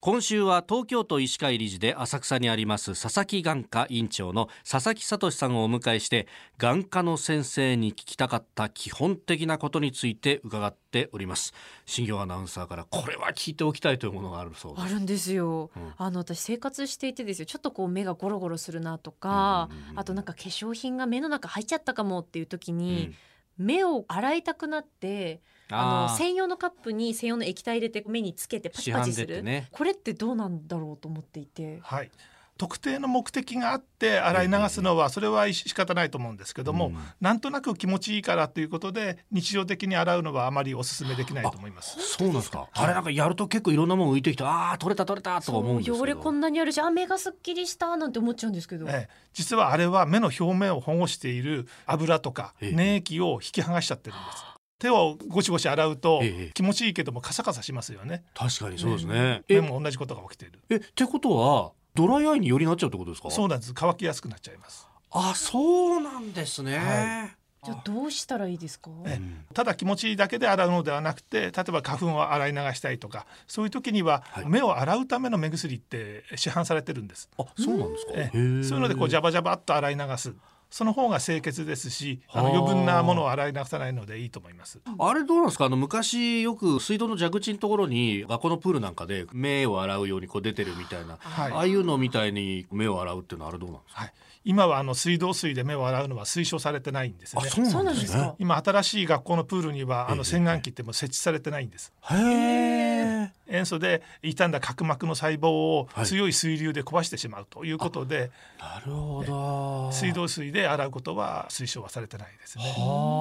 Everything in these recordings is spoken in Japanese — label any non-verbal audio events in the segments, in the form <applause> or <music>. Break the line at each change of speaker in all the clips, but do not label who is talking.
今週は東京都医師会理事で浅草にあります佐々木眼科院長の佐々木聡さんをお迎えして眼科の先生に聞きたかった基本的なことについて伺っております新業アナウンサーからこれは聞いておきたいというものがあるそうで
あ
す
るんですよ、
うん
あの私生活していてですよちょっとこう目がゴロゴロするなとか、
うんうんうん
あとなんか化粧品が目の中入っちゃったかもっていう時
う
に
ん、
目を洗いたくなってあ
あ
の
ー
専用のカップに専用の液体入れて目につけてパチパチす
市販でっ
る、
てね
これってどうなんだろうと思っていて
はい、特定の目的があって洗い流すのはそれは仕方ないと思うんですけども、
うん
なんとなく気持ちいいからということで日常的に洗うのはあまりお勧めできないと思います。
そうなんですかあれなんかやると結構いろんなもの浮いてきてああ取れた取れたとか思うんですけど
汚れこんなにあるしあ目がすっきりしたなんて思っちゃうんですけど、
ええ、実はあれは目の表面を保護している油とか
ええ
粘液を引き剥がしちゃってるんです。手をゴシゴシ洗うと
ええ
気持ちいいけどもカサカサしますよね。
確かにそうですね、
目も同じことが起きている。
ええってことはドライアイによりなっちゃうってことですか
そうなんです。乾きやすくなっちゃいます。
あそうなんですね、
は
じゃあどうしたらいいですか
えただ気持ちいいだけで洗うのではなくて例えば花粉を洗い流したいとかそういう時には
はい
目を洗うための目薬って市販されてるんです、
あそうなんですか、
ええ
へー
そういうのでこうジャバジャバっと洗い流すその方が清潔ですしあ
は
の
あ
余分なものを洗い流さないのでいいと思います
あれどうなんですかあの昔よく水道の蛇口のところに学校のプールなんかで目を洗うようにこう出てるみたいな、
はい
ああいうのみたいに目を洗うっていうのはあれどうなんですか、
はい、今はあの水道水で目を洗うのは推奨されてないんですね
あそうなんです
そうなん
ね
で
今新しい学校のプールにはあ
ええ
の洗顔器ってもう設置されてないんです
へえ
塩素で傷んだ角膜の細胞を
はい
強い水流で壊してしまうということで、
なるほど
水道水で洗うことは推奨はされてないですね。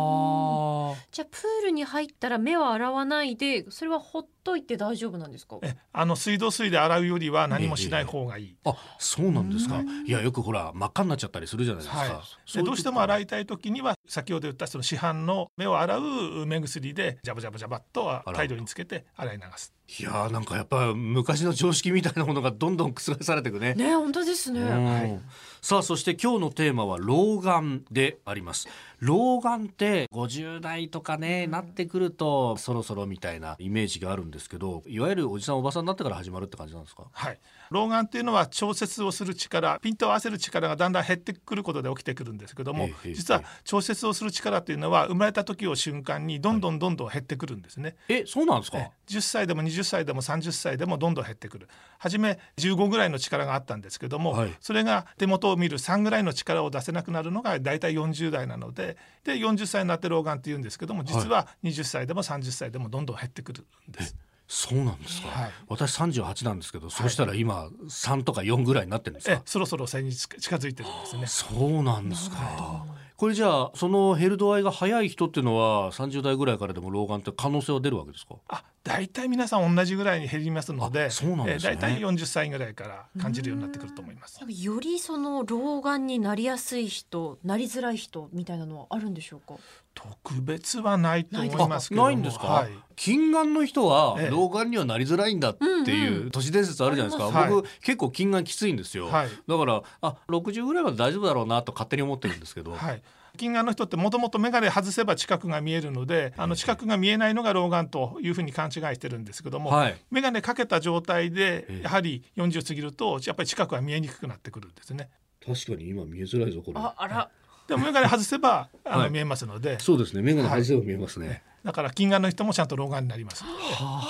はあ
じゃあプールに入ったら目は洗わないでそれはほっといて大丈夫なんですか
えあの水道水で洗うよりは何もしない方がいい。
あそうなんですかいやよくほら真っ赤になっちゃったりするじゃないですか、
はい
そ
でどうしても洗
い
いたい時には先ほど言ったその市販の目を洗う目薬でジャバジャバジャバっと
と
態度につけて洗い流す。
いやーなんかやっぱ昔の常識みたいなものがどんどん覆されていくね
ね本当ですね、
うん
はい
さあそして今日のテーマは老眼であります老眼って50代とかね、なってくるとそろそろみたいなイメージがあるんですけどいわゆるおじさんおばさんになってから始まるって感じなんですか
はい、老眼っていうのは調節をする力ピントを合わせる力がだんだん減ってくることで起きてくるんですけども
ええ
実は調節をする力っていうのは生まれた時を瞬間にどんどんどんどん減ってくるんですね。
えそうなんですか、
え10歳でも20歳でも30歳でもどんどん減ってくる初め15ぐらいの力があったんですけども、
はい
それが手元を見る3ぐらいの力を出せなくなるのが大体40代なのでで40歳になって老眼って言うんですけども実は20歳でも30歳でもどんどん減ってくるんです。
そうなんですか、
はい
私38なんですけどそうしたら今3とか4ぐらいになってるんですか、
えそろそろ線に近近づいてるんですね。
そうなんですかこれじゃあその減る度合いが早い人っていうのは30代ぐらいからでも老眼って可能性は出るわけですか
あ大体皆さん同じぐらいに減りますの
あ
で
そうなんですね
え大体40歳ぐらいから感じるようになってくると思います
な。んかよりその老眼になりやすい人なりづらい人みたいなのはあるんでしょうか
特別はないと思いますけども
ないんですか、
はい
近眼の人は
ええ
老眼にはなりづらいんだって
うん
いうう都市伝説あるじゃないですか、
はい
僕結構近眼きついんですよ、
はい
だからあ60ぐらいまで大丈夫だろうなと勝手に思ってるんですけど、
はい、近眼の人ってもともと眼鏡外せば近くが見えるのであ
うん
の近くが見えないのが老眼というふうに勘違いしてるんですけども、
はい
眼鏡かけた状態
え
で
え
やはり40過ぎるとやっぱり近くは見えにくくなってくるんですね。
確かに今見えづらいぞこれ
ああら
でも眼鏡外せばあ
<laughs> は
の
い
見えますので、
そうですね目が外せば見えます <laughs> ね、
だから近眼の人もちゃんと老眼になります。
は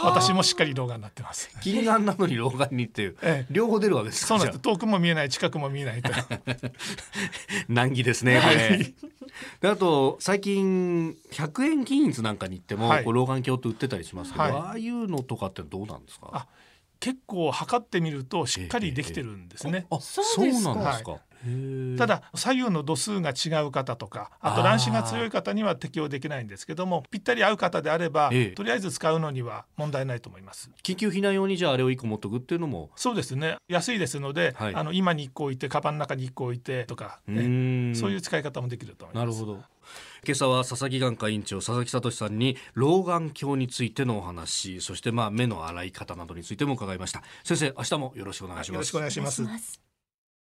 あ
私もしっかり老眼になって
<laughs>
ます。
近眼なのに老眼にっていう
ええ
両方出るわけですか
そうなんです
じ
遠くも見えない近くも見えな
<laughs>
いと
ゃあ難儀ですねこれであと最近100円均一なんかに行っても、
はい
こう老眼鏡って売ってたりしますけど、
はい
ああいうのとかってどうなんですか
あ結構測ってみるとしっかりできてるんですね。
あ
そうですか
そうなんですか、へえ
ただ左右の度数が違う方とかあと
あー
乱視が強い方には適用できないんですけどもぴったり合う方であれば、
ええ
とりあえず使うのには問題ないと思います。
緊急避難用にじゃああれを一個持っとくっていうのも
そうですね安いですので、
はい
あの今に1個置いてカバンの中に1個置いてとか、
う
ね
ーん
そういう使い方もできると思い
な
ま
る
す。
ほど今朝は佐々木眼科院長佐々木聡さんに老眼鏡についてのお話そしてまあ目の洗い方などについても伺いました先生明日もよろしくお願いします
よろしくお願いします
お願いします